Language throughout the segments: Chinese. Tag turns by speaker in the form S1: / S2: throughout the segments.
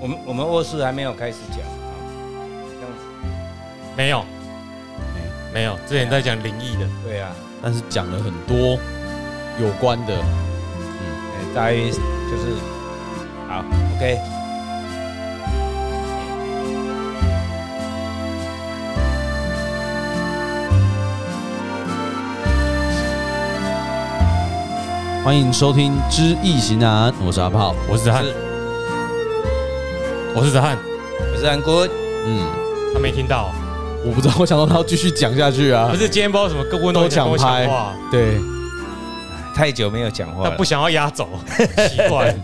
S1: 我们我们卧室还没有开始讲啊，这样子
S2: 没有，没有，之前在讲灵异的，
S1: 对啊，
S3: 但是讲了很多有关的，
S1: 哎，大约就是好，OK。
S3: 欢迎收听《知易行难》，我是阿炮，
S2: 我是子翰
S1: 是，
S2: 我是子翰，
S1: 我是安国，
S3: 嗯，
S2: 他没听到，
S3: 我不知道，我想到他要继续讲下去 啊
S2: 不，是今天不知道什么各温都想跟我讲
S3: 都
S2: 话，
S3: 对，
S1: 太久没有讲话
S2: 但
S1: 了
S2: 不，想要压走， 奇怪，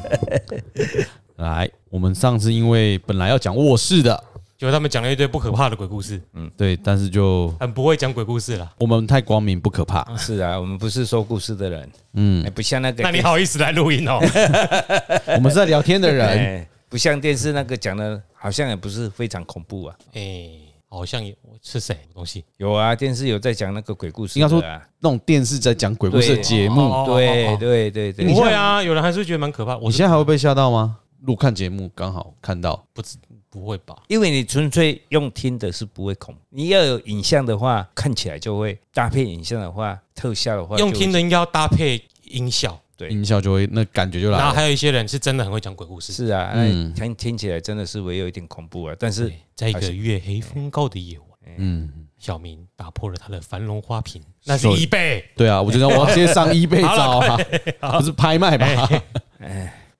S3: 来，我们上次因为本来要讲卧室的，嗯
S2: 结果他们讲了一堆不可怕的鬼故事，
S3: 对，但是就
S2: 很不会讲鬼故事了，
S3: 我们太光明不可怕，
S1: 是啊，我们不是说故事的人，
S3: 嗯
S1: 哎，，不像那个，
S2: 那你好意思来录音哦？
S3: 我们是在聊天的人，
S1: 哎，不像电视那个讲的，好像也不是非常恐怖啊。
S2: 哎，好像也是谁什么东西？
S1: 有啊，电视有在讲那个鬼故事
S3: 应该说
S1: 的啊，
S3: 那种电视在讲鬼故事的节目，
S2: 哦
S1: 对对对对，
S2: 不会啊，有人还是觉得蛮可怕，我
S3: 你
S2: 是
S3: 现在还会被吓到吗？录看节目刚好看到，
S2: 不知不会吧？
S1: 因为你纯粹用听的是不会恐怖，你要有影像的话，看起来就会搭配影像的话，特效的话就会，
S2: 用听的应该要搭配音效，
S1: 对
S3: 音效就会那感觉就来
S2: 然后
S3: 了，
S2: 还有一些人是真的很会讲鬼故事。
S1: 是啊，
S3: 嗯
S1: 那听听起来真的是会有一点恐怖啊。但是
S2: 对，在一个月黑风高的夜晚，
S3: 嗯，
S2: 小明打破了他的繁荣花瓶，那是一倍。
S3: 对啊，我觉得我要直接上一倍招啊，不是拍卖吧？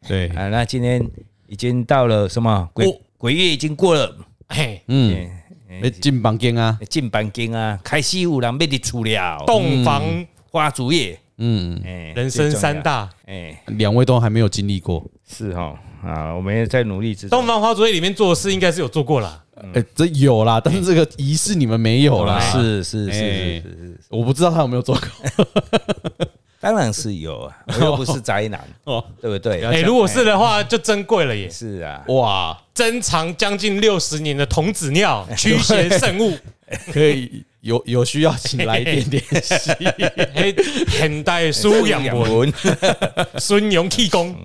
S3: 对，
S1: 啊，那今天已经到了什么
S2: 哦
S1: 鬼鬼月已经过了，
S2: 嘿，
S3: 嗯，要进房间啊，
S1: 进班经啊，开始有人要你出了，
S2: 洞房
S1: 啊花烛夜，
S3: 嗯，
S1: 哎
S2: 人生三，大，
S1: 最重要哎，
S3: 两位都还没有经历过，
S1: 是哦，啊，我们也在努力之
S2: 洞
S1: 中，
S2: 房花烛夜里面做的事应该是有做过啦。
S1: 嗯
S3: 哎，这有啦，但是这个仪式你们没有啦，
S1: 是是是
S3: 哎
S1: 是是是，
S3: 我不知道他有没有做
S1: 当然是有啊，我又不是宅 男，
S3: 过，
S1: 对不对？
S2: 哎，如果是的话，就珍贵了耶，
S1: 是啊，
S3: 哇，
S2: 珍藏将近六十年的童子尿，
S3: 哎
S2: 驱邪圣物，
S3: 可以有有需要请来点点戏，
S2: 嘿，现代苏养
S3: 哎
S2: 文、
S1: 文
S2: 孙勇气功，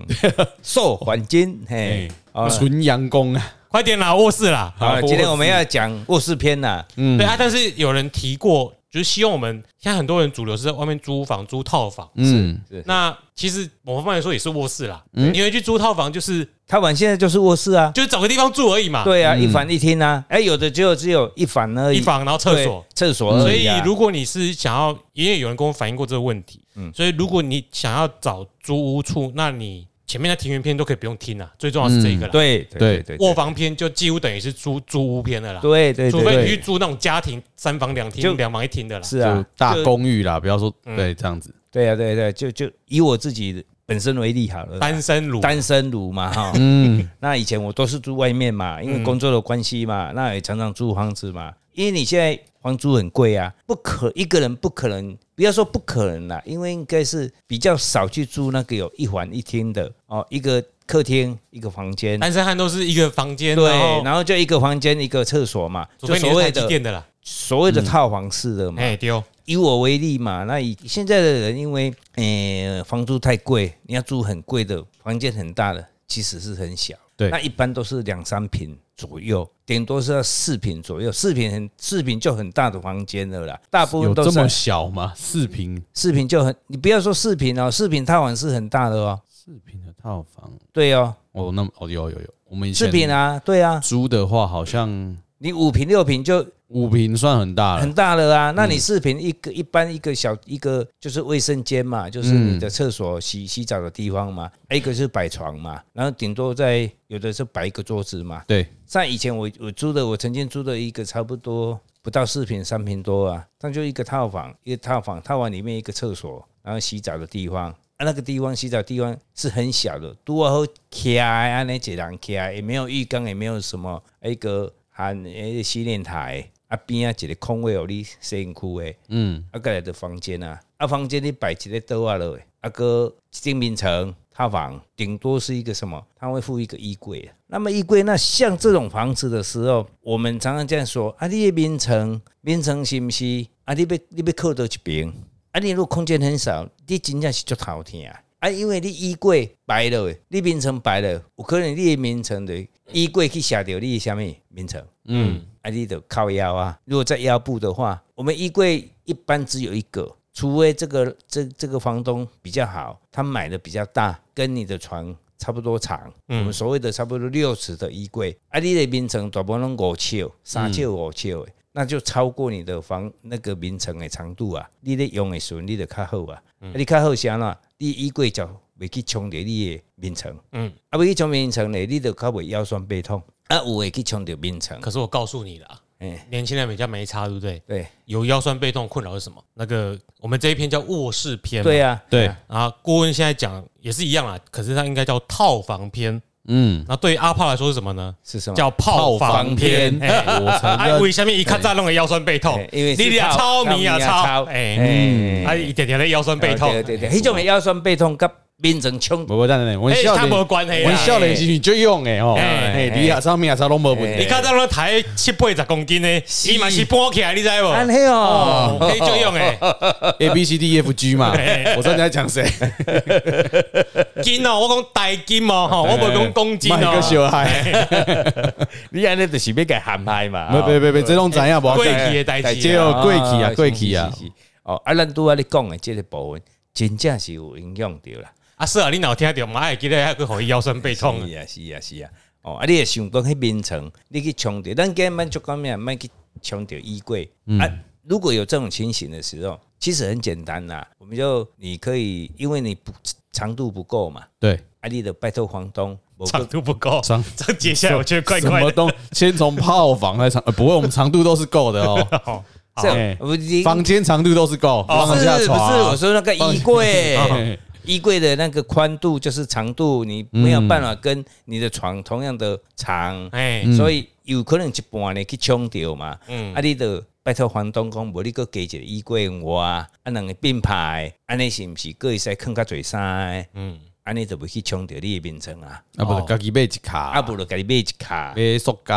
S1: 受环境，嘿， 好了
S3: 纯阳公啊，
S2: 快点啦，卧室啦。
S1: 哎好了，
S3: 好
S1: 今天我们要讲卧室篇呐，
S3: 嗯
S2: 对啊，但是有人提过，就是希望我们现在很多人主流是在外面租房、租套房。
S3: 嗯，
S2: 那其实某方面来说也是卧室啦，因为去租套房就是
S1: 他晚现在就是卧室啊，
S2: 就是找个地方住而已嘛，
S1: 对啊，一房一厅啊，哎，有的只有只有一房而已，
S2: 一房然后厕所。
S1: 对，厕所
S2: 所
S1: 而
S2: 以
S1: 已啊，
S2: 如果你是想要，因为有人跟我反映过这个问题，
S1: 嗯
S2: 所以如果你想要找租屋处，那你前面的庭园篇都可以不用听啦，最重要是这一个啦。
S1: 嗯对
S3: 对
S1: 对
S2: 卧房篇就几乎等于是租租屋篇的啦，
S1: 对对，
S2: 除
S1: 对
S2: 非你
S1: 对
S2: 去租那种家庭三房两
S1: 就
S2: 厅、两房一厅的啦。
S1: 是
S3: 就
S1: 啊，
S3: 大
S1: 就
S3: 公寓啦，不要说对这样子，
S1: 对啊，对对，就就以我自己本身为例好了，
S2: 单身乳
S1: 单身奴嘛哈。
S3: 嗯，
S1: 那以前我都是住外面嘛，因为工作的关系嘛，那也常常租房子嘛。因为你现在房租很贵啊，不可一个人不可能，不要说不可能啦，因为应该是比较少去租那个有一房一厅的哦，一个客厅一个房间，
S2: 单身汉都是一个房间，
S1: 对
S2: 然后，
S1: 然后就一个房间一个厕所嘛，
S2: 除
S1: 就
S2: 非你
S1: 所
S2: 是
S1: 谓
S2: 台积
S1: 的嗯
S2: 电的啦，
S1: 所谓的套房式的嘛。
S2: 哎丢，
S1: 以我为例嘛，那以现在的人，因为呃房租太贵，你要租很贵的房间很大的，其实是很小。
S3: 对
S1: 那一般都是两三平左右，顶多是要四平左右，四平很四平就很大的房间了啦。大部分
S3: 嗯 有
S1: 都
S3: 这么
S1: 是
S3: 小吗？四平
S1: 四平就很，你不要说四平哦，四平套房是很大的哦。
S3: 四平的套房，
S1: 对哦，
S3: 哦，那哦有有有，我们以
S1: 四
S3: 前
S1: 平啊，对啊，
S3: 租的话好像
S1: 你五平六平就
S3: 五平算很大
S1: 很
S3: 了，嗯
S1: 大了啊。那你视频一个一般一个小一个就是卫生间嘛，就是你
S3: 嗯
S1: 的厕所洗洗澡的地方嘛，一个是摆床嘛，然后顶多在有的是摆一个桌子嘛。
S3: 对，
S1: 像以前我我租的，我曾经租的一个差不多不到四平三平多啊，那就一个套房，一个套房，套房里面一个厕所，然后洗澡的地方。啊、那个地方洗澡地方是很小的，多好开啊，那几人开，也没有浴缸，也没有什么啊一个含那个洗脸台啊，边啊一个空位哦，你洗身躯诶，
S3: 嗯，
S1: 啊，再来的房间啊，啊，房间你摆一个桌啊落，啊个精明层套房，顶多是一个什么？他会附一个衣柜啊。那么衣柜，那像这种房子的时候，我们常常这样说啊，你的名层，名层是不是？啊，你要你要靠到一边，啊，你如果空间很少，你真正是足头疼啊。啊，因为你衣柜白了，你名称白了，有可能你的名称的衣柜去写掉你的什么名称，
S3: 嗯，
S1: 啊，你得靠腰啊。如果在腰部的话，我们衣柜一般只有一个，除非这个这这个房东比较好，他买的比较大，跟你的床差不多长，我们所谓的差不多六尺的衣柜，啊，你的名称大部分拢五尺、三尺、五尺的。那就超过你的房那个名层的长度啊，你咧用的时候你就较好啊，啊你较好是安怎？你衣柜就袂去冲着你的面层，
S2: 嗯
S1: 嗯，啊袂去冲面层咧，你就较袂腰酸背痛，啊有会去冲着面层，
S2: 可是我告诉你啦，
S1: 哎，
S2: 年轻人比较没差，对不对？
S1: 对
S2: 有腰酸背痛困扰是什么？那个我们这一篇叫卧室篇，
S1: 对。啊，
S3: 对，
S2: 啊，顾问现在讲也是一样啦，可是它应该叫套房篇。
S3: 嗯，
S2: 那对于阿炮来说是什么呢？
S1: 是什么？
S2: 叫炮房篇。
S1: 炮房篇
S3: 我承
S2: 哎，
S3: 认
S2: 为什么一看再弄个腰酸背痛
S1: 哎？因为是
S2: 你俩
S1: 靠
S2: 超迷啊
S1: 靠米啊
S2: 超，
S1: 操
S2: 哎，
S1: 哎
S2: 他一点点的腰酸背痛
S1: 对，对对，迄种的腰酸背痛甲面层冲，
S3: 不不，等等等，我
S2: 哎，
S3: 笑
S2: 他没
S3: 脸，
S2: 关系
S3: 我
S2: 啦。
S3: 笑脸是你就用诶哦，
S2: 哎
S3: 哎，你亚超米亚超拢无问
S2: 你
S3: 题，
S2: 看到那抬七八十公斤呢，你嘛是搬起来，你知不？
S1: 安尼哦，
S2: 哦，可以就用诶，
S3: A B C D E F G 嘛，我知道你在讲谁，
S2: 斤哦，我讲大斤哦，吼，我不是讲公斤
S3: 买个
S2: 哦。
S3: 小孩，
S1: 你安尼就是要给喊拍嘛
S3: 没没没没，这种怎样？
S2: 贵气的代
S3: 这
S2: 志啊，
S3: 有贵气啊，贵气啊
S1: 是，！是是哦，啊，咱拄仔咧讲的即个部分，真正是有影响着啦。
S2: 啊是啊，你老听到，妈会记得还会互伊腰酸背痛啊
S1: 是。啊，是啊，是啊。哦，啊，你也想讲迄面层，你去冲着，咱今慢就讲咩，慢去冲着衣柜、啊。如果有这种情形的时候，其实很简单啦，我们就你可以，因为你不长度不够嘛，
S3: 对，
S1: 啊，你得拜托房东，某
S2: 长
S1: 个
S2: 度不够
S3: 长，
S2: 这接下来我觉得怪
S3: 什
S2: 怪
S3: 么
S2: 的。
S3: 东？先从炮房来长，呃不会，我们长度都是够的哦，
S2: 好
S1: 这
S3: 哎
S1: 不你
S3: 房间长度都是够，放
S1: 不
S3: 得
S1: 是
S3: 下
S1: 不是，
S3: 床啊。
S1: 我说那个衣 柜。
S3: 哎
S1: 衣柜的那个宽度就是长度，你没有办法跟你的床同样的长，
S2: 哎，
S1: 所以有可能一半呢去冲掉嘛。
S2: 嗯
S1: 啊，你得拜托房东讲，无你搁加一个衣柜用我啊，啊两个并排，安尼是毋是搁会使囥较侪衫的？
S2: 嗯，
S1: 安尼就袂去冲掉你的面床啊，
S3: 啊，不
S2: 哦
S3: 是家己买一
S1: 啊
S3: 卡，
S1: 无就家己买一卡。
S3: 买塑胶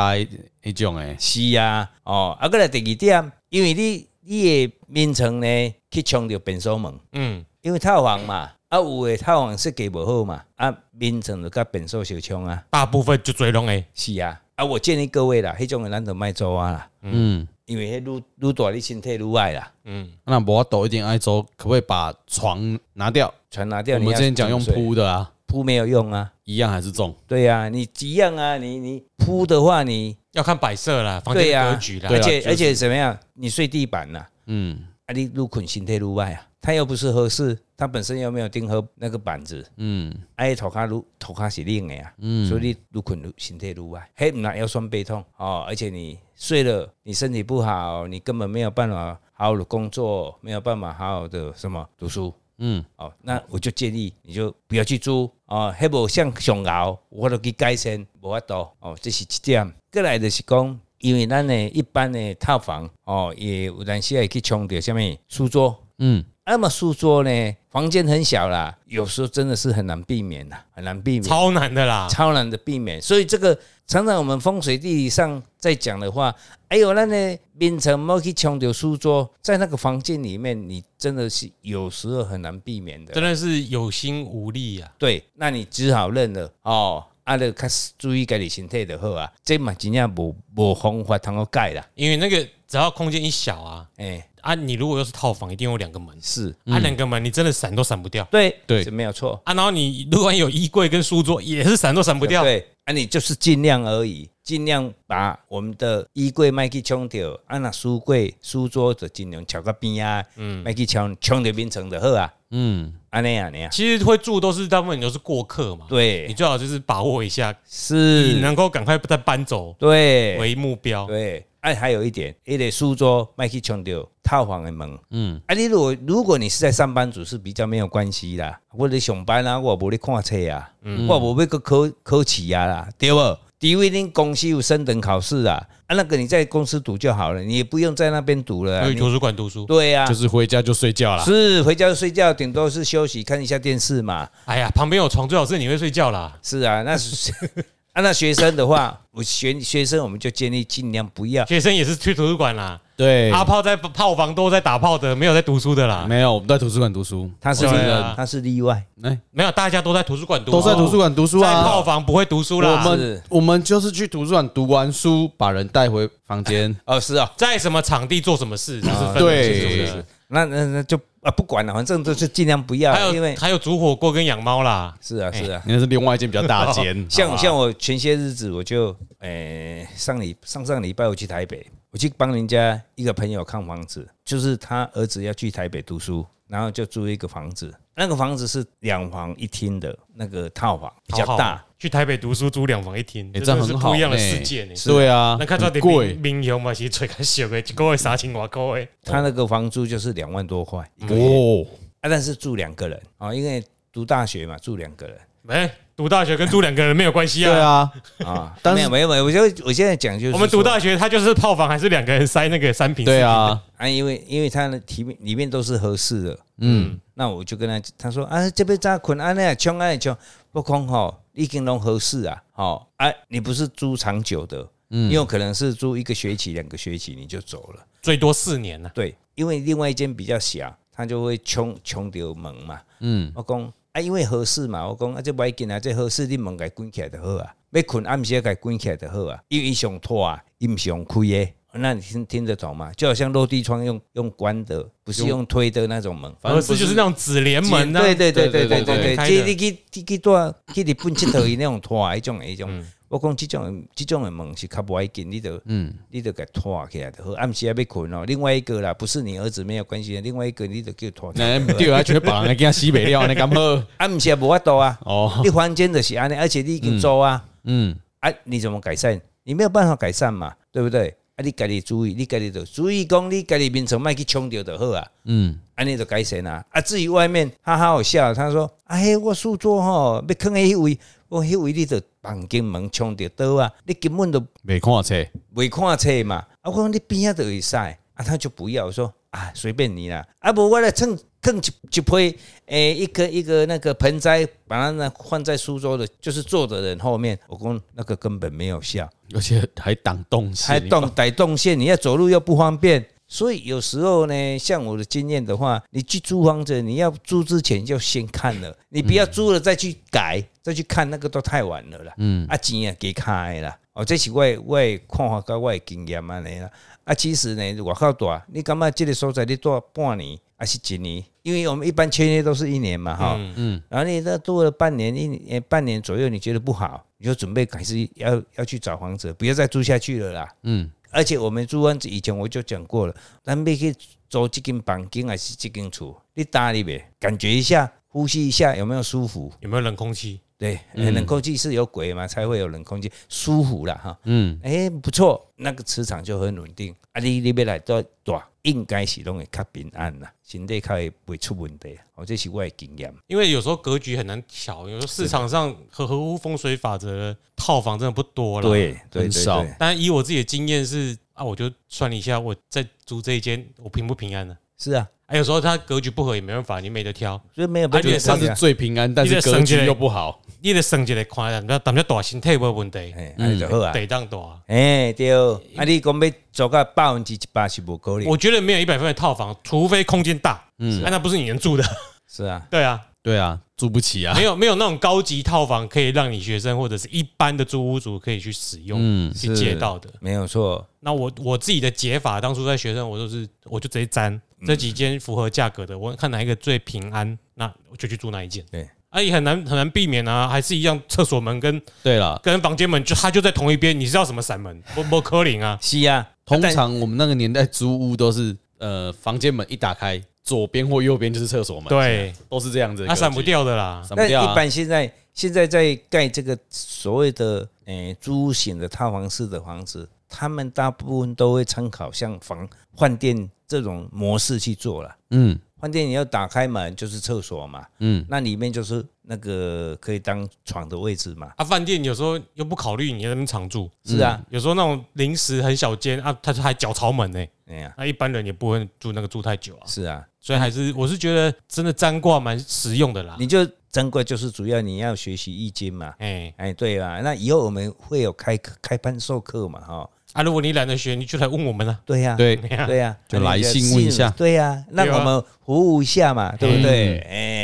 S3: 迄种诶，
S1: 是啊，哦，啊，过来第二点，因为你你的面床呢去冲掉便所门。
S2: 嗯，
S1: 因为套房嘛，啊有诶套房设计无好嘛，啊面层就甲变数相冲啊，
S2: 大部分就追拢诶，
S1: 是啊，啊我建议各位啦，迄种诶咱就卖做啊啦，
S3: 嗯，
S1: 因为迄愈愈大你身体愈歹啦，
S2: 嗯，
S3: 那无法度一定爱做，可不可以把床拿掉？
S1: 船拿掉
S3: 我
S1: 你要
S3: 们之前讲用
S1: 怎么睡
S3: 铺的啊，
S1: 铺没有用啊，
S3: 一样还是重，
S1: 对啊，你一样啊，你你铺的话你
S2: 要看摆设啦，房
S1: 对
S2: 间
S1: 啊
S2: 的格局啦
S3: 对，
S1: 而且、
S3: 就是
S1: 而且怎么样，你睡地板呐、啊，
S3: 嗯
S1: 你愈困身体愈歹啊，它又不是合适，它本身又没有钉合那个板子，
S3: 嗯，
S1: 啊，迄涂骹愈涂骹是冷的啊，所以你愈困愈身体愈歹，迄毋但腰酸背痛哦，而且你睡了，你身体不好，你根本没有办法好好的工作，没有办法好好的什么读书，
S3: 嗯，
S1: 哦，那我就建议你就不要去租哦，迄无像上熬，我都去改善，无法度哦，这是一点。过来就是讲，因为咱的一般的套房哦，也有阵时会去冲着什物书桌。
S3: 嗯，
S1: 那么书桌呢，房间很小啦，有时候真的是很难避免啦，很难避免，超
S2: 超难的啦。
S1: 难的避免。所以这个常常我们风水地理上在讲的话，哎呦，那呢，变成莫去冲着书桌，在那个房间里面，你真的是有时候很难避免的
S2: 真。的是有心无力啊！
S1: 对，那你只好认了哦。啊，就较注意家己身体就好啊，这嘛真正无无方法通好改啦。
S2: 因为那个只要空间一小啊，
S1: 哎、
S2: 啊，你如果又是套房，一定有两个门，
S1: 是
S2: 啊，两个门你真的闪都闪不掉
S1: 对
S3: 对
S1: 是没有错，
S2: 啊。然后你如果有衣柜跟书桌，也是闪都闪不掉。
S1: 对，啊，你就是尽量而已，尽量把我们的衣柜卖去冲掉，啊，那书柜、书桌就尽量翘个边啊，嗯，卖去冲冲到边层就好啊，
S3: 嗯，
S1: 安尼安尼啊，
S2: 其实会住都是大部分你都是过客嘛，你
S1: 对，
S2: 最好就是把握一下，你
S1: 是，
S2: 能够赶快再搬走
S1: 对，
S2: 为目标。
S1: 对，哎、还有一点，一个书桌卖去冲掉套房的门，
S3: 嗯
S1: 嗯，啊，你如果如果你是在上班族是比较没有关系啦，我咧上班啊，我无咧看册啊，我无要去考考试啊啦，对不？因为恁公司有升等考试啊，啊，那个你在公司读就好了，你也不用在那边读了啊、
S2: 去
S1: 你
S2: 图书馆读书。
S1: 对呀、啊
S3: 就。是回家就睡觉啦。
S1: 是回家就睡觉，顶多是休息看一下电视嘛。
S2: 哎呀，旁边有床，最好是你会睡觉啦。
S1: 是啊，那是 啊，那学生的话，我学学生我们就建议尽量不要。
S2: 学生也是去图书馆啦，
S3: 对，啊
S2: 阿炮在炮房都在打炮的，没有在读书的啦，
S3: 没有，我们都在图书馆读书，
S1: 他是
S2: 对
S1: 例
S2: 啊
S1: 他是例外，
S3: 哎，
S2: 没有，大家都在图书馆读，啊
S3: 都哦在图书馆读书
S2: 在炮
S3: 啊。
S2: 房不会读书
S3: 我
S2: 啦。
S3: 们
S1: 是
S3: 我们就是去图书馆读完书，把人带回房 间。
S1: 哦，是哦，
S2: 在什么场地做什么事，就是分得
S3: 啊对
S2: 清楚的。
S1: 那那那就啊不管了，反正就是尽量不要
S2: 还，
S1: 因
S2: 有哎
S1: 为
S2: 还有煮火锅跟养猫啦，
S1: 是啊是啊，
S3: 那是另外一间比较大 间，
S2: 啊
S1: 像像我前些日子我就诶、上礼上上礼拜我去台北，我去帮人家一个朋友看房子，就是他儿子要去台北读书，然后就租一个房子，那个房子是两房一厅的那个套房，比较
S2: 好好
S1: 大。
S2: 去台北读书租两房一厅，
S3: 哎
S2: 真
S3: 这
S2: 的
S3: 很
S2: 是
S3: 好
S2: 不一样的
S3: 呢
S2: 世界呢。
S3: 对啊，
S2: 那看到
S3: 很
S2: 点
S3: 贵
S2: 民民谣嘛，其实最开始有个一个月三千外块的，
S1: 他那个房租就是两万多块一个月
S3: 哦，
S1: 啊，但是住两个人啊、哦，因为读大学嘛，住两个人
S2: 哎，读大学跟住两个人没有关系
S3: 对
S2: 啊。
S3: 啊，
S1: 啊。
S3: 但
S1: 没
S3: 是
S1: 有没有没有，我就我现在讲就是
S2: 我们读
S1: 说
S2: 大学，他就是炮房，还是两个人塞那个三瓶？
S3: 对，啊，
S1: 啊，因为因为他的题目里面都是合适的，
S3: 嗯，
S1: 那我就跟他他说啊，这边咋捆啊那穷啊穷，不空吼，已经拢合适啊，好、哦、啊，你不是租长久的，嗯，有可能是租一个学期、两个学期你就走了，
S2: 最多四年啊呢。
S1: 对，因为另外一间比较小，他就会穷穷掉门嘛，嗯，我讲啊，因为合适嘛，我讲啊，这不要紧啊，这合适你门给关起来就好啊，要困暗时给关起来就好啊，因为伊上拖啊，伊唔上开的。那你听听得懂吗？就好像落地窗用用关的，不是用推的那种门。
S3: 反
S2: 而
S3: 正不
S2: 是就是那种纸帘门啊，
S1: 对对对对对
S3: 对
S1: 对对，
S2: 对对
S1: 即你去你去带去日本佚佗伊那种拖迄种迄种，我讲即种即种的门是较不要紧，你就嗯，你就给拖起来就好，暗时还要困哦。另外一个啦，不是你儿子没有关系，另外一个你就叫拖起来。
S3: 那对啊，全把人给他西北料，那干 么？
S1: 啊，毋是也无法度啊，
S3: 哦，
S1: 你房间就是安尼，而且你已经租啊，
S3: 嗯，
S1: 啊，你怎么改善？你没有办法改善嘛，对不对？啊，你家己注意，你家己就注意讲，你家己面层莫去冲着就好啊。
S3: 嗯，
S1: 安尼就改善啊。啊，至于外面，哈哈好笑，他说：“啊嘿，我书桌吼，要囥迄位，我迄位你着房间门冲着倒啊，你根本就
S3: 没看车，
S1: 袂看册嘛。”啊，我讲你边仔就会使，啊，他就不要我说啊，随便你啦。啊，无我来蹭蹭一一批，诶、一个一个那个盆栽，把它呢放在书桌的，就是坐的人后面。我讲那个根本没有效。
S3: 而且还挡洞线，
S1: 还动带动线，你要走路又不方便。所以有时候呢，像我的经验的话，你去租房子，你要租之前就先看了，你不要租了再去改，再去看那个都太晚了啦。嗯，啊钱也给开啦。哦，这是我的我的看法跟我的经验安尼啦。啊，其实呢，外口大，你感觉这个所在你住半年还是一年？因为我们一般签约都是一年嘛，哈、嗯，然后你那做了半年一年半年左右，你觉得不好，你就准备开始要要去找房子，不要再租下去了啦。
S3: 嗯，
S1: 而且我们租房子以前我就讲过了，咱们去租这间房间还是这间厝，你搭里面感觉一下，呼吸一下有没有舒服？
S2: 有没有冷空气？
S1: 对，
S3: 嗯
S1: 冷空气是有鬼嘛，才会有冷空气舒服了哈。
S3: 嗯，
S1: 哎、不错，那个磁场就很稳定。啊，你你要来到大，应该是拢会较平安啦，身体较会袂出问题。哦，这是我的经验。
S2: 因为有时候格局很难调，有时候市场上合合乎风水法则的套房真的不多了。，
S1: 对对
S3: 很
S1: 对
S3: 少
S1: 对，
S2: 但以我自己的经验是啊，我就算一下，我在租这一间，我平不平安呢？
S1: 是啊，
S2: 啊，有时候它格局不合也没办法，你没得挑，
S1: 所以没有
S2: 啊
S1: 办
S2: 你也
S1: 法
S3: 它
S2: 上
S1: 这
S3: 是
S1: 样。
S3: 最平安，但是格局又不好，
S2: 你得啊省一个看下，咱咱们大身体无问题，
S1: 哎，
S3: 嗯
S1: 安尼就好啊。
S2: 得当大。
S1: 哎，对，啊，你讲要做到百分之一百是无可能。
S2: 我觉得没有一百分的套房，除非空间大，嗯，那不是你能住的。
S1: 是啊，
S2: 对啊，
S3: 对啊，住不起啊
S2: 没，有没有那种高级套房可以让你学生或者是一般的租屋族可以去使用、
S3: 嗯
S2: 去借到的。
S1: 没有错。
S2: 那我我自己的解法，当初在学生，我就是我就直接粘
S1: 嗯
S2: 这几间符合价格的，我看哪一个最平安，那我就去住那一间。
S1: 对，
S2: 啊，也很难很难避免啊，还是一样，厕所门跟
S3: 对了，
S2: 跟房间门就它就在同一边，你知道什么闪门？不不可 能啊，
S1: 是啊，
S3: 通
S1: 但
S3: 常我们那个年代租屋都是，呃，房间门一打开，左边或右边就是厕所门，，
S2: 对，
S3: 都是这样子，
S2: 它闪不，掉的啦。
S3: 闪不
S1: 但
S3: 掉啊
S1: 一，般现在现在在盖这个所谓的诶租屋型的套房式的房子，他们大部分都会参考像房饭店这种模式去做了。
S3: 嗯
S1: 饭店你要打开门就是厕所嘛，
S3: 嗯，
S1: 那里面就是那个可以当床的位置嘛。
S2: 啊，饭店有时候又不考虑你在那边常住，
S3: 嗯
S1: 是啊，
S2: 有时候那种临时很小间啊，它还脚朝门呢、
S1: 哎呀、
S2: 那一般人也不会住那个住太久啊，
S1: 是啊，
S2: 所以还是我是觉得真的占卦蛮实用的啦。
S1: 你就珍贵就是主要你要学习易经嘛。
S2: 哎，
S1: 哎，对啦，那以后我们会有开课开班授课嘛，哈，
S2: 啊，如果你懒得学，你就来问我们啊。
S1: 对呀、
S3: 对，
S1: 对呀、
S3: 就
S1: 那你
S3: 来信问一下
S1: 对呀、那
S2: 对啊
S1: 我们服务一下嘛，对不对？哎、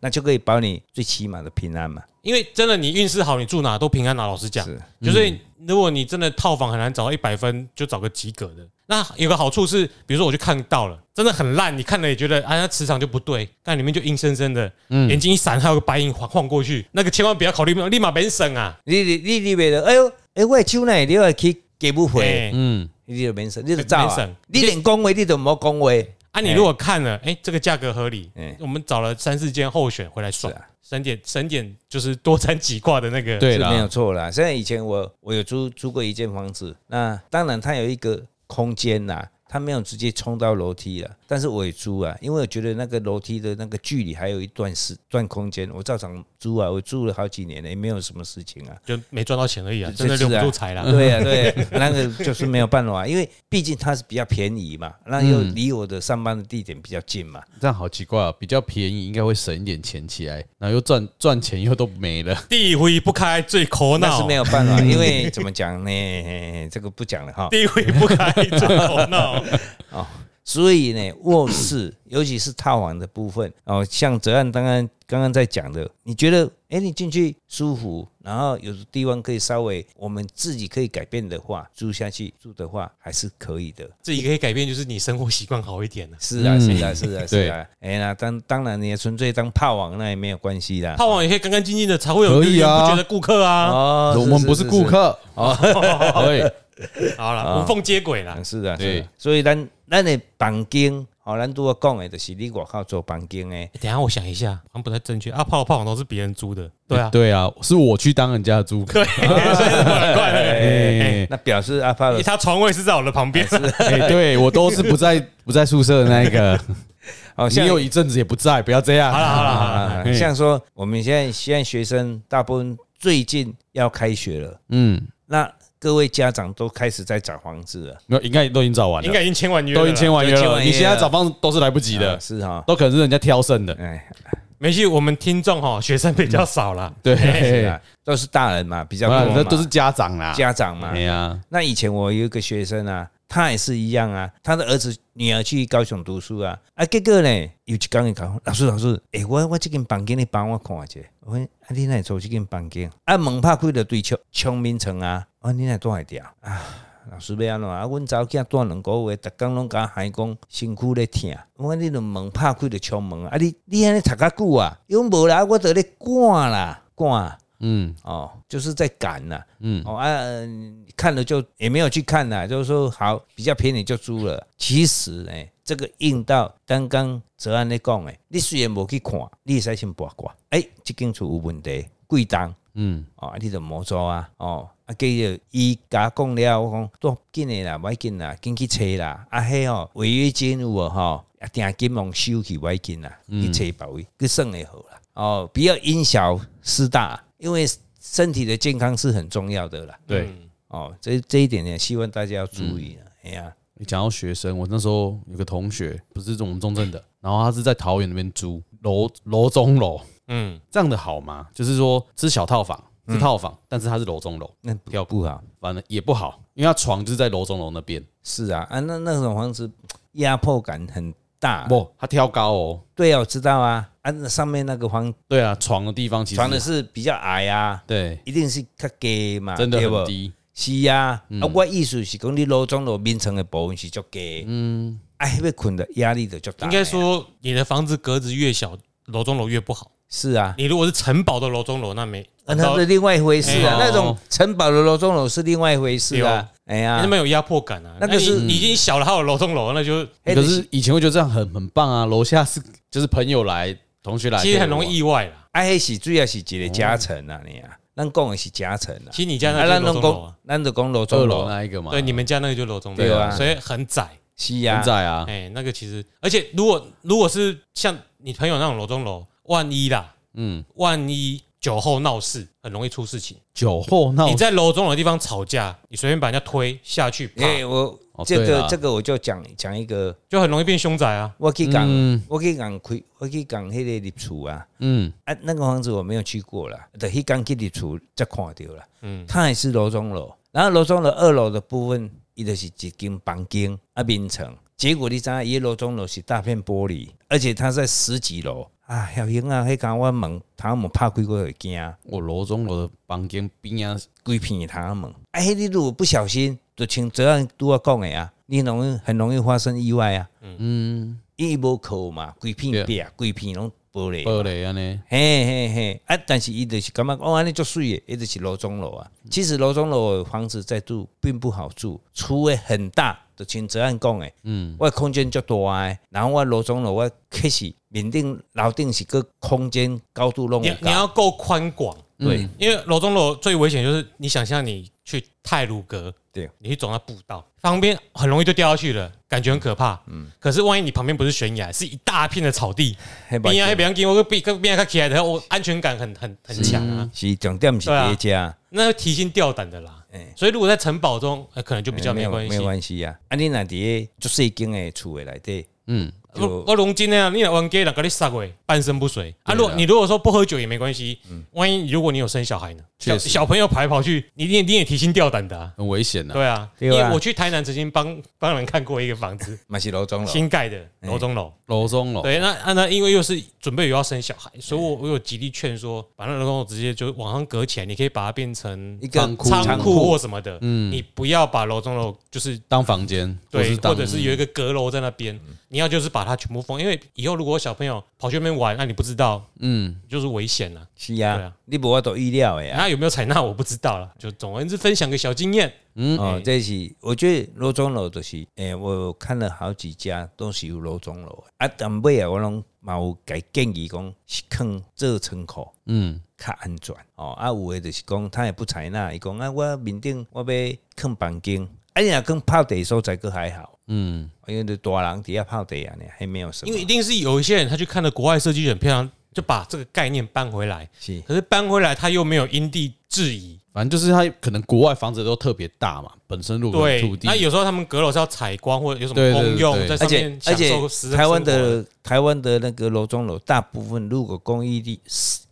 S1: 那就可以保你最起码的平安嘛。
S2: 因为真的，你运势好，你住哪都平安啊。老实讲，
S1: 是嗯
S2: 就是如果你真的套房很难找到一百分，就找个及格的。那有个好处是，比如说我去看到了，真的很烂，你看了也觉得啊，那磁场就不对，但里面就阴森森的，
S1: 嗯
S2: 眼睛一闪，还有个白影晃晃过去，那个千万不要考虑，立马别省啊。
S1: 你你你你袂得，哎呦，哎，我的手呢，你要去给不回，
S2: 哎
S3: 嗯，
S1: 你就免说，你就走
S2: 免
S1: 啊
S2: 省。
S1: 你连讲话你都唔好讲话，
S2: 啊，你如果看了，哎、这个价格合理，
S1: 哎
S2: 我们找了三四间候选回来爽
S1: 是啊，
S2: 省点省点就是多沾几卦的那个，
S3: 对
S1: 是没有
S3: 啦，
S1: 错啦。像以前我我有租租过一间房子，那当然它有一个空间啦，它没有直接冲到楼梯了，但是我也租啊，因为我觉得那个楼梯的那个距离还有一段时段空间，我照常租啊，我租了好几年了，也没有什么事情啊。
S2: 就没赚到钱而已啊，
S1: 这
S2: 真的留不
S1: 是啊
S2: 住财啦。
S1: 对 呀、啊，对、那个就是没有办法，因为毕竟它是比较便宜嘛，那又离我的上班的地点比较近嘛，
S3: 这样好奇怪啊，比较便宜，应该会省一点钱起来，然后又赚赚钱又都没了，
S2: 地位不开最苦
S1: 那
S2: 恼，
S1: 是没有办法，因为怎么讲呢？这个不讲了哈。
S2: 地位不开最苦 恼。
S1: 所以呢，卧室 尤其是套房的部分哦，像泽岸刚刚刚刚在讲的，你觉得哎、诶你进去舒服，然后有地方可以稍微我们自己可以改变的话，住下去住的话还是可以的。
S2: 自己可以改变，就是你生活习惯好一点了。
S1: 是啊，
S3: 嗯
S1: 是啊，是啊，是
S3: 对
S1: 啊。哎、那当当然，你也纯粹当炮王那也没有关系啦。
S2: 泡网也可以干干净净的，才会有
S3: 可以
S2: 源
S3: 啊
S2: 源不绝的顾客啊。
S1: 哦
S3: 我们不是顾，客 哦，对，
S2: 好了，无缝接轨啦
S1: 是。是是啊，
S3: 对
S1: 是啊。所以咱咱的房间，哦，咱都要讲的，就是你外口做房间的。
S2: 欸等一下我想一下，好像不太正确啊。泡泡网都是别人租的，啊对 啊，
S3: 对啊，是我去当人家的租 客，
S2: 所以怪怪的。
S3: 哎
S1: 那表示阿炮的
S2: 欸他床位是在我的旁 边，
S3: 哎，对我都是不在不在宿舍的那一 个，
S1: 哦，
S3: 你
S1: 像
S3: 有一阵子也不在，不要这样，
S2: 好了好了好了，
S1: 啊，
S3: 嗯
S1: 像说我们现在现在学生大部分最近要开学了，
S3: 嗯，
S1: 那各位家长都开始在找房子了，
S3: 没有，应该都已经找完了
S2: 应，该已经签完约了啦，
S3: 都已经签完约
S1: 都已经签
S3: 了，
S1: 完约了
S3: 你现在找房都是来不及
S1: 啊
S3: 的，
S1: 是哈，
S3: 都可能是人家挑剩的，
S1: 哎，
S2: 没事，我们听众哈，学生比较少啦。
S3: 对，
S1: 是啊，都是大人嘛，比较
S3: 啊
S1: 多嘛，
S3: 那都是家长啦，
S1: 家长嘛
S3: 哎。呀，
S1: 那以前我有一个学生啊，他也是一样啊，他的儿子女儿去高雄读书啊，啊，结果呢，有一天伊讲，老师老师，诶、我我这间房间你帮我看一下，我讲啊，你哪会做这间房间？啊，门拍开就对窗窗面床啊，啊，你哪会住会掉啊？老师要安怎啊？阮查某囝住两个月，逐工拢甲喊讲身躯咧疼。我讲你著门拍开著敲门啊！你你安尼读较久啊？伊讲无啦，我著咧赶啦赶
S3: 嗯，
S1: 哦，就是在赶啦。
S3: 嗯
S1: 嗯，哦啊，呃看了就也没有去看啦，就是说好比较便宜就租了。其实呢，这个应到刚刚泽安咧讲诶，你虽然无去看，你会使先八卦，诶、欸，即间厝有问题，贵重。
S3: 嗯，
S1: 哦，啊，你就莫做啊，哦，啊，继续伊甲我讲了，我讲多紧诶啦，袂要紧啦，紧去找啦，啊，迄哦，违约金有无吼，啊，定金往收去袂要紧啦，
S3: 嗯
S1: 去找别位，去算会好啦，哦，不要因小失大，因为身体的健康是很重要的啦，
S3: 对。嗯
S1: 哦，这这一点呢，希望大家要注意啦，哎呀、
S3: 你讲到学生，我那时候有个同学不是我们中正的，然后他是在桃园那边租楼楼中楼，
S2: 嗯，
S3: 这样的好吗？就是说是小套房，是套房，但是它是楼中楼，
S1: 那不要不好，
S3: 反正也不好，因为他床就是在楼中楼那边，
S1: 是啊，啊，那那种房子压迫感很大，
S3: 不，他挑高哦。
S1: 对啊，我知道啊，啊，那上面那个房
S3: 对啊，床的地方其实
S1: 床的是比较矮啊。
S3: 对，
S1: 一定是较低嘛，
S3: 真的
S1: 对
S3: 很
S1: 不？
S3: 低。嗯
S1: 是啊，啊，我意思是讲你楼中楼面层的部分是足低，嗯，啊，迄个困的压力就足大。
S2: 应该说你的房子格子越小，楼中楼越不好。
S1: 是啊，
S2: 你如果是城堡的楼中楼，那没
S1: 啊那是另外一回事啊，
S3: 哎
S1: 那
S3: 呦哦
S1: 种城堡的楼中楼是另外一回事啊。哎
S2: 那
S1: 呀，
S2: 么有压迫感啊。
S1: 那
S2: 那
S1: 个
S2: 个
S1: 是嗯
S2: 是你已经小了，还有楼中楼，那就
S1: 哎
S3: 可是以前会觉得这样很很棒啊，楼下是就是朋友来、同学来，
S2: 其实很容易意外啦。
S1: 啊，迄是主要是一个加成啊，
S3: 哦
S1: 你啊，咱讲的是加成啊。
S2: 其实你家
S1: 啊，
S2: 那
S1: 咱
S2: 就是楼
S1: 拢
S2: 中楼啊
S1: 讲，，咱就讲楼
S3: 二
S1: 中
S3: 楼啊
S1: 楼，
S3: 那一个嘛。
S2: 对，你们家那个就楼中
S1: 对
S2: 楼
S1: 啊
S2: 啊，所以很窄。
S1: 是
S3: 现
S1: 啊，
S3: 在啊，
S2: 哎，那个其实，而且如果如果是像你朋友那种楼中楼，万一啦，
S3: 嗯，
S2: 万一酒后闹事，很容易出事情。
S3: 酒后闹
S2: 你在楼中楼的地方吵架，你随便把人家推下去，啪
S1: 哎，我
S3: 哦，
S1: 这
S3: 对
S1: 个
S3: 啦
S1: 这个我就讲讲一个，
S2: 就很容易变凶宅啊。
S1: 我去讲、
S3: 嗯
S1: 我去讲开，我去讲迄个立储啊，
S3: 嗯，
S1: 啊，那个房子我没有去过啦，但迄间去立储才看到啦，嗯，它也是楼中楼，然后楼中楼二楼的部分，伊就是一间房间啊，面层，结果你知影伊的楼中楼是大片玻璃，而且它在十几楼啊，小英啊，迄间我门，他们拍开过会惊。
S3: 我楼中楼的房间边啊，
S1: 规片他们。啊，迄你如果不小心，就像这样拄我讲的啊，你容易很容易发生意外啊。嗯，伊无扣嘛，规片壁，规片拢玻璃。
S3: 玻璃啊安尼，
S1: 嘿嘿嘿，啊！但是伊就是感觉哦，安尼足水诶，伊就是楼中楼啊。其实楼中楼的房子在住并不好住，厝诶很大，就像泽安讲诶，嗯，我的空间足大诶，然后我楼中楼我确实面顶楼顶是个空间高度拢
S2: 你
S1: 有
S2: 你
S1: 高，
S2: 要够宽广，
S1: 对
S2: 因为楼中楼最危险就是你想象你去泰鲁阁，
S1: 对，
S2: 你去走那步道，旁边很容易就掉下去了，感觉很可怕。嗯，可是万一你旁边不是悬崖，是一大片的草地，
S1: 嘿不好意思
S2: 边啊边跟我比跟边啊起来的，我安全感很很很强啊，
S1: 嗯是重点是
S2: 对啊
S1: 叠加。
S2: 那提心吊胆的啦。所以如果在城堡中，呃可能就比较
S1: 没
S2: 没
S1: 有
S2: 关
S1: 嗯没
S2: 系
S1: 有。关系啊。啊，你若伫个足细间诶厝诶内底，
S3: 嗯，
S2: 我
S1: 就
S2: 我龙金那样，你若玩 gay 了，给你杀鬼，半身不遂啊！如果你如果说不喝酒也没关系，万一如果你有生小孩呢？小
S3: 确实
S2: 小朋友跑来跑去，你你也你也提心吊胆的啊！
S3: 很危险呐。
S2: 对啊，
S1: 对
S2: 因
S1: 啊
S2: 为我去台南曾经帮帮人看过一个房子，
S1: 嘛是楼中楼。
S2: 新盖的嗯楼中楼。
S3: 楼中楼，
S2: 对，那啊那因为又是准备有要生小孩，所以我我有极力劝说，把那楼中楼直接就往上隔起来，你可以把它变成
S1: 一个
S3: 仓库
S2: 仓库或什么的，你不要把楼中楼就是
S3: 当房间，
S2: 对，
S3: 当
S2: 或者是嗯有一个阁楼在那边，你要就是把它全部封，因为以后如果小朋友跑去那边玩，那你不知道
S3: 嗯，
S2: 就是危险了。
S1: 是
S2: 对
S1: 啊
S2: 啊，
S1: 你无法度预料诶啊。
S2: 那有没有采纳我不知道了，就总而言之分享个小经验。哎
S1: 哦，这是我觉得楼中楼就是诶、我看了好几家都是有楼中楼的啊，但尾啊我拢嘛有给建议讲是坑做仓库。
S3: 嗯，
S1: 较安全哦。啊，有诶就是讲，他也不采纳，伊讲啊，我面顶我要放房间，啊，你若放泡茶的所在佫还好，
S3: 嗯，
S1: 因为就大人伫遐泡茶啊，还没有什么。
S2: 因为一定是有一些人他去看了国外设计很漂亮，就把这个概念搬回来，
S1: 是
S2: 可是搬回来他又没有因地制宜，
S3: 反正就是它可能国外房子都特别大嘛，本身如果有
S2: 对
S3: 土，地
S2: 那，有时候他们阁楼是要采光或者有什么
S3: 对对
S2: 公用
S3: 对
S2: 在
S1: 而
S2: 上
S1: 且
S2: 面
S1: 而
S2: 享受私
S1: 且
S2: 人
S1: 台湾
S2: 生活
S1: 的台湾的那个楼中楼，大部分如果公寓里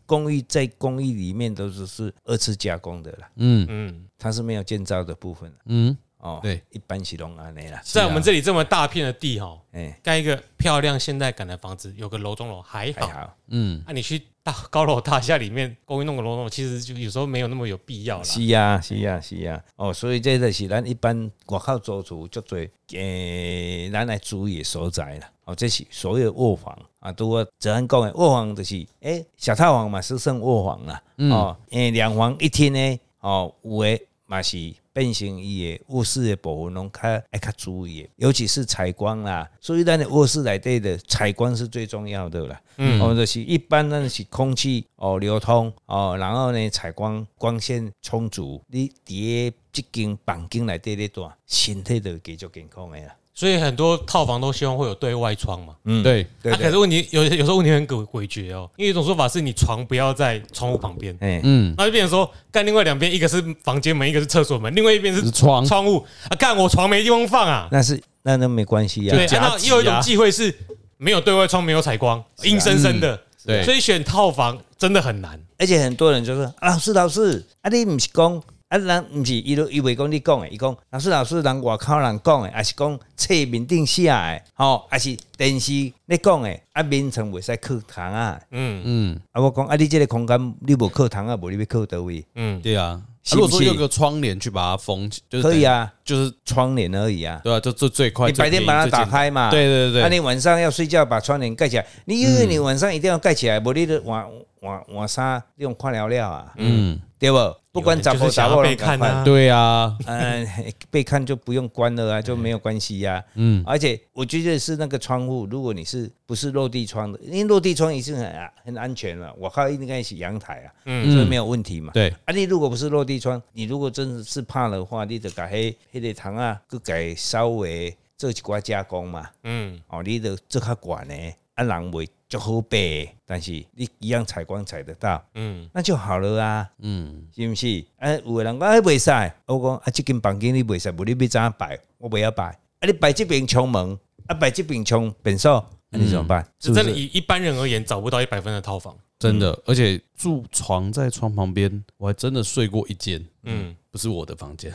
S1: 公寓在公寓里面都是是二次加工的啦，
S3: 嗯
S2: 嗯，
S1: 它是没有建造的部分啦
S3: 嗯，
S1: 哦。
S3: 对，
S1: 一般是拢安尼啦。
S2: 在我们这里这么大片的地哈，
S1: 哎，
S2: 盖一个漂亮现代感的房子，有个楼中楼还
S1: 还
S2: 好。啊
S1: 好，
S3: 嗯，
S2: 那、你去大高楼大厦里面公寓弄个楼栋，其实就有时候没有那么有必要啦。
S1: 是啊，是啊，是啊。哦，所以这就是咱一般外口租厝足多诶，咱来注意的所在啦。哦，这是所有卧房啊，拄我昨安讲的卧房就是诶、小套房嘛是算卧房啦。哦，诶、两房一厅呢，哦，有诶嘛是变成伊诶卧室诶部分拢较爱较注意的，尤其是采光啦。所以咱的卧室内底的采光是最重要的啦。嗯，哦，就是一般咱是空气哦流通哦，然后呢采光光线充足，你伫个即间房间内底咧住，身体就继续健康诶啦。
S2: 所以很多套房都希望会有对外窗嘛。
S1: 嗯
S3: 对，
S1: 对
S2: 啊、可
S1: 对
S2: 是问题有有时候问题很诡诡谲哦，因为有一种说法是你床不要在窗户旁边，
S1: 哎、
S3: 嗯，
S2: 那就变成说干另外两边，一个是房间门，一个是厕所门，另外一边
S3: 是
S2: 是
S3: 窗，
S2: 窗户啊，干我床没地方放啊。
S1: 那是那那没关系啊。
S2: 对，
S3: 夹
S2: 啊那
S3: 击
S2: 又
S3: 啊啊
S2: 有一种忌讳是没有对外窗，没有采光，阴森森的。
S3: 嗯对
S2: 所以选套房真的很难。
S1: 而且很多人就说：“啊老师，老师，啊，你毋是讲啊，人毋是伊都伊袂讲你讲诶，伊讲老师，老师，人外口人讲诶，还是讲册面顶写诶，吼、还是电视咧讲诶，啊，眠床袂使靠窗啊。
S2: 嗯
S3: 嗯，
S1: 啊，我讲啊，你即个空间你无靠窗啊，无你要靠倒位，
S2: 嗯，
S3: 对啊。
S1: 是
S3: 如
S1: 不
S3: 果
S1: 是
S3: 说用个窗帘去把它封起，就是
S1: 可以啊，
S3: 等于，就是
S1: 窗帘而已啊。
S3: 对啊，就最最快，
S1: 你白天
S3: 最便宜
S1: 把它
S3: 最
S1: 打
S3: 简单
S1: 开嘛，
S3: 对对对对
S1: 那、啊、你晚上要睡觉把窗帘盖起来，你因为你晚上一定要盖起来，无你就换换换衫你用看了了啊，嗯，对不？不管
S2: 有
S1: 咋
S2: 人就
S1: 不
S2: 是想
S1: 咋
S2: 要
S1: 不
S2: 被看啊
S3: 对啊，
S1: 嗯，被看就不用关了啊，就没有关系呀、嗯，而且我觉得是那个窗户，如果你是不是落地窗的，因为落地窗已经很啊很安全了，我靠，应该是阳台啊，嗯，所以没有问题嘛。
S3: 对，
S1: 啊，你如果不是落地窗，你如果真的是怕的话，你得改黑黑的糖啊，佮改稍微做一寡加工嘛。
S2: 嗯，
S1: 哦，你得做较悬的，啊，啊，人为就好白，但是你一样采光采得到，嗯，那就好了啊，
S3: 嗯，
S1: 是不是？啊，有的人讲哎袂使，我讲啊，这间房间你袂使，无你要怎样摆？我不要摆，啊，你摆这边冲门，啊，摆这边冲便所，啊，你怎么办？是
S2: 真
S1: 不
S2: 的
S1: 是？
S2: 以一般人而言，找不到一百分的套房。
S3: 真的，而且住床在床旁边，我还真的睡过一间，
S2: 嗯，
S3: 不是我的 房间。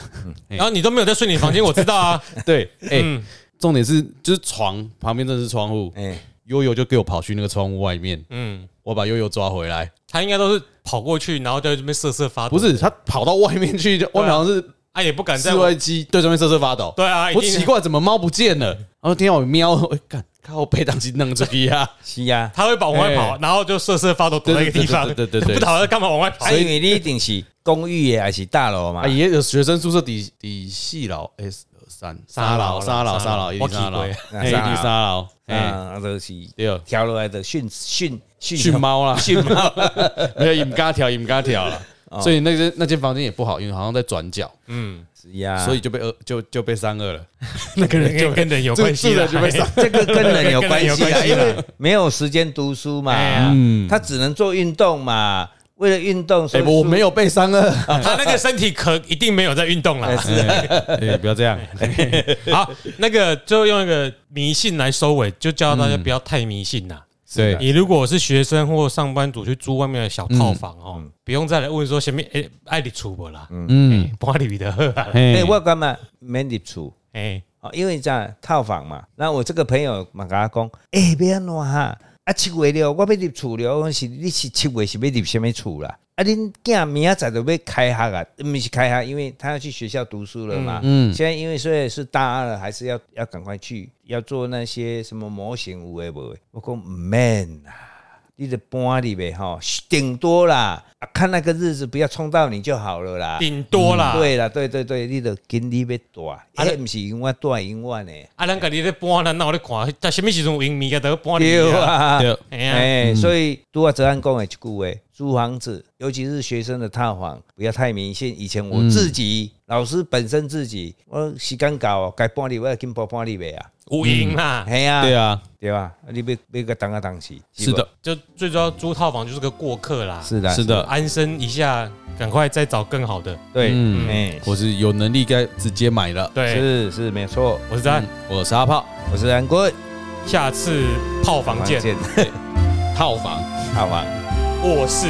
S2: 然后你都没有在睡你房间，我知道啊。
S3: 对，哎、重点是就是床旁边这是窗户，
S1: 哎，
S3: 悠悠就给我跑去那个窗户外面，
S2: 嗯，
S3: 我把悠悠抓回来。
S2: 他应该都是跑过去，然后在这边瑟瑟发抖。
S3: 不是，他跑到外面去，就外面好像是
S2: 啊，也不敢在
S3: 室外机对着外面瑟瑟发抖。
S2: 对啊，一嗯
S3: 我
S2: 定
S3: 奇怪，怎么猫不见了？然后听到我喵，哎，干，靠背当机弄出去啊！
S1: 是啊，
S2: 他会把往外跑，然后就瑟瑟发抖躲在一个地方，
S3: 对对对对对对
S2: 不逃他干嘛往外跑哎
S1: 啊，？因为你一定是公寓的还是大楼嘛
S3: 啊，，也有学生宿舍底底系牢 S 三沙牢沙牢沙牢，一定沙牢，
S2: 我
S3: 嘿
S2: 去
S1: 过
S3: 一哎定沙牢，哎，
S1: 啊，就是
S3: 对，
S1: 跳落来的训训训
S3: 训猫啦，
S1: 训猫，
S3: 没有，也不敢调，也不敢调了。所以那间那间房间也不好，因为好像在转角，
S2: 嗯，
S1: 是啊，
S3: 所以就被二就就被三二了。
S2: 那个人跟跟人有关系
S3: 住
S2: 了，
S3: 住着就被
S2: 哎
S1: 这个跟人有关系
S2: 跟
S1: 啊，
S2: 人有关系
S1: 因
S2: 啦
S1: 为没有时间读书嘛
S2: 哎呀，
S1: 嗯，他只能做运动嘛。为了运动，所
S3: 哎，
S1: 以
S3: 我没
S1: 有
S3: 有被三二，
S2: 他那个身体可一定没有在运动了。
S3: 哎，不要这样。
S2: 好，那个就用一个迷信来收尾，就教大家不要太迷信
S1: 嗯
S2: 啦。
S3: 对，
S2: 你如果是学生或上班族去租外面的小套房哦，
S1: 嗯
S2: 不用再来问说前面哎爱你出不啦，哎
S3: 嗯，
S2: 不爱你的喝啦，
S1: 哎，
S3: 哎，
S1: 我干嘛没入厝
S2: 啊哎，
S1: 哦，因为在套房嘛。那我这个朋友嘛跟我讲，哎，别安怎哈，啊七月了，我要入厝了，我是你是七月是要入什么厝啦？啊，恁囝明仔载就要开学啊，不是开学，因为他要去学校读书了嘛。
S3: 嗯
S1: 现在因为虽然是大二了，还是要要赶快去要做那些什么模型有诶无的？我讲唔免啦，你得搬里呗吼，顶多啦、啊，看那个日子不要冲到你就好了啦。
S2: 顶多啦。
S3: 啊
S1: 嗯对啦，对对对，你得经历要大，
S2: 啊
S1: 迄毋是永远大永远诶。
S2: 啊，咱家己咧搬，咱哪有咧看？在什么时阵有影迷个在搬你
S1: 对
S2: 啊？
S1: 啊，
S3: 哦对嗯
S2: 哎呀，
S1: 哎，所以拄啊，哲安讲的一句话，租房子，尤其是学生的套房，不要太迷信。以前我自己，老师本身自己，我时间到哦，该搬离我要紧搬搬离呗啊，
S2: 有影啦。
S1: 系啊，
S3: 对啊，
S1: 对吧？你别别个当啊当时，
S3: 是
S1: 不
S3: 的，，
S2: 就最主要租套房就是个过客啦，
S1: 是的，
S3: 是的，
S2: 安身一下，赶快再找更好的。
S1: 对，
S3: 嗯
S1: 哎，
S3: 我是有能力该直接买了。嗯
S2: 对，
S1: 是嗯是没有错。
S2: 我是詹，
S3: 我是阿炮，
S1: 我是安坤，
S2: 下次炮房见，
S1: 见，啊
S3: 套房。
S1: 好吧。
S2: 我是。